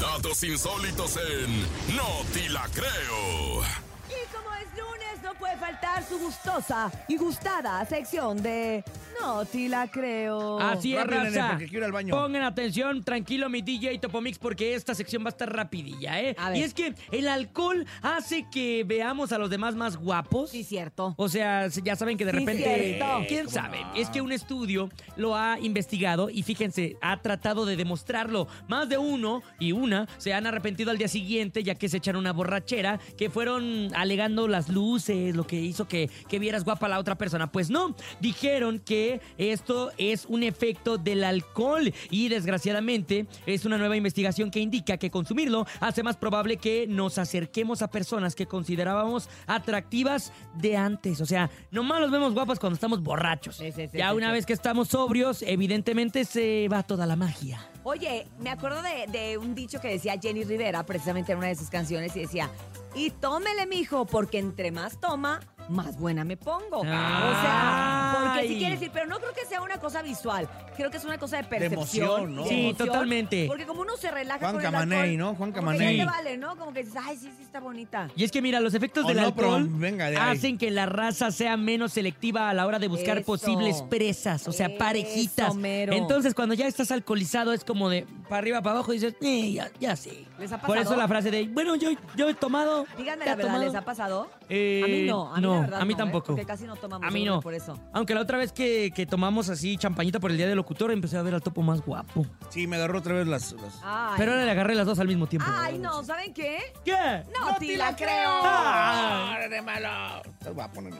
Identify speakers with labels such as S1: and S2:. S1: datos insólitos en No Te La Creo.
S2: Y como es lunes, no puede faltar su gustosa y gustada sección de No Te La Creo.
S3: Así es,
S4: Rápido, nene,
S3: raza.
S4: porque quiero ir al baño.
S3: Pongan atención, tranquilo, mi DJ Topomix, porque esta sección va a estar rapidilla, ¿eh?
S2: A ver.
S3: Y es que el alcohol hace que veamos a los demás más guapos.
S2: Sí, cierto.
S3: O sea, se- ya saben que de
S2: Sí,
S3: repente.
S2: cierto.
S3: ¿Quién sabe? Es que un estudio lo ha investigado y fíjense, ha tratado de demostrarlo. Más de uno y una se han arrepentido al día siguiente, ya que se echaron una borrachera, que fueron alegando las luces, lo que hizo que, que vieras guapa a la otra persona. Pues no, dijeron que esto es un efecto del alcohol y desgraciadamente es una nueva investigación que indica que consumirlo hace más probable que nos acerquemos a personas que considerábamos atractivas de antes. O sea, nomás los vemos guapas cuando estamos borrachos.
S2: Sí, sí, sí,
S3: ya
S2: sí,
S3: una
S2: sí.
S3: vez que estamos sobrios, evidentemente se va toda la magia.
S2: Oye, me acuerdo de, de un dicho que decía Jenny Rivera, precisamente en una de sus canciones, y decía, y tómele, mijo, porque entre más toma, más buena me pongo. O sea, porque si
S3: Ay.
S2: quieres decir, pero no creo que sea una cosa visual, creo que es una cosa de percepción.
S4: emoción, ¿no?
S2: de
S3: Sí, totalmente.
S2: Porque como uno se relaja
S4: Juan
S2: con
S4: Camaney,
S2: el alcohol,
S4: ¿no? Juan
S2: como que ya
S3: Camaney.
S2: te vale, ¿no? Como que dices, ay, sí, sí, está bonita.
S3: Y es que mira, los efectos
S4: O
S3: del
S4: Oh, no, pero
S3: alcohol
S4: venga de ahí.
S3: hacen que la raza sea menos selectiva a la hora de buscar
S2: Eso.
S3: posibles presas, o sea,
S2: Eso,
S3: parejitas.
S2: mero.
S3: Entonces, cuando ya estás alcoholizado, es como de para arriba, para abajo, y dices, eh, ya, ya sé.
S2: ¿Les ha
S3: Por eso
S2: pasado?
S3: la frase de, bueno, yo, yo he tomado.
S2: Díganme
S3: ¿te
S2: la
S3: ha
S2: verdad,
S3: tomado?
S2: ¿les ha pasado?
S3: Eh,
S2: a mí no, a mí
S3: no,
S2: la verdad
S3: a mí
S2: no, ¿eh?
S3: tampoco.
S2: Porque casi no tomamos
S3: A mí
S2: seguro
S3: no.
S2: por eso.
S3: Aunque la otra vez que, que tomamos así champañita por el día del locutor, empecé a ver al topo más guapo.
S4: Sí, me agarró otra vez las. las-
S2: Ay,
S3: Pero ahora
S2: no.
S3: le agarré las dos al mismo tiempo.
S2: Ay, no, ¿saben qué?
S3: ¿Qué?
S2: No, te la creo.
S3: Ah.
S4: ¡Ah, eres malo! Te voy a poner.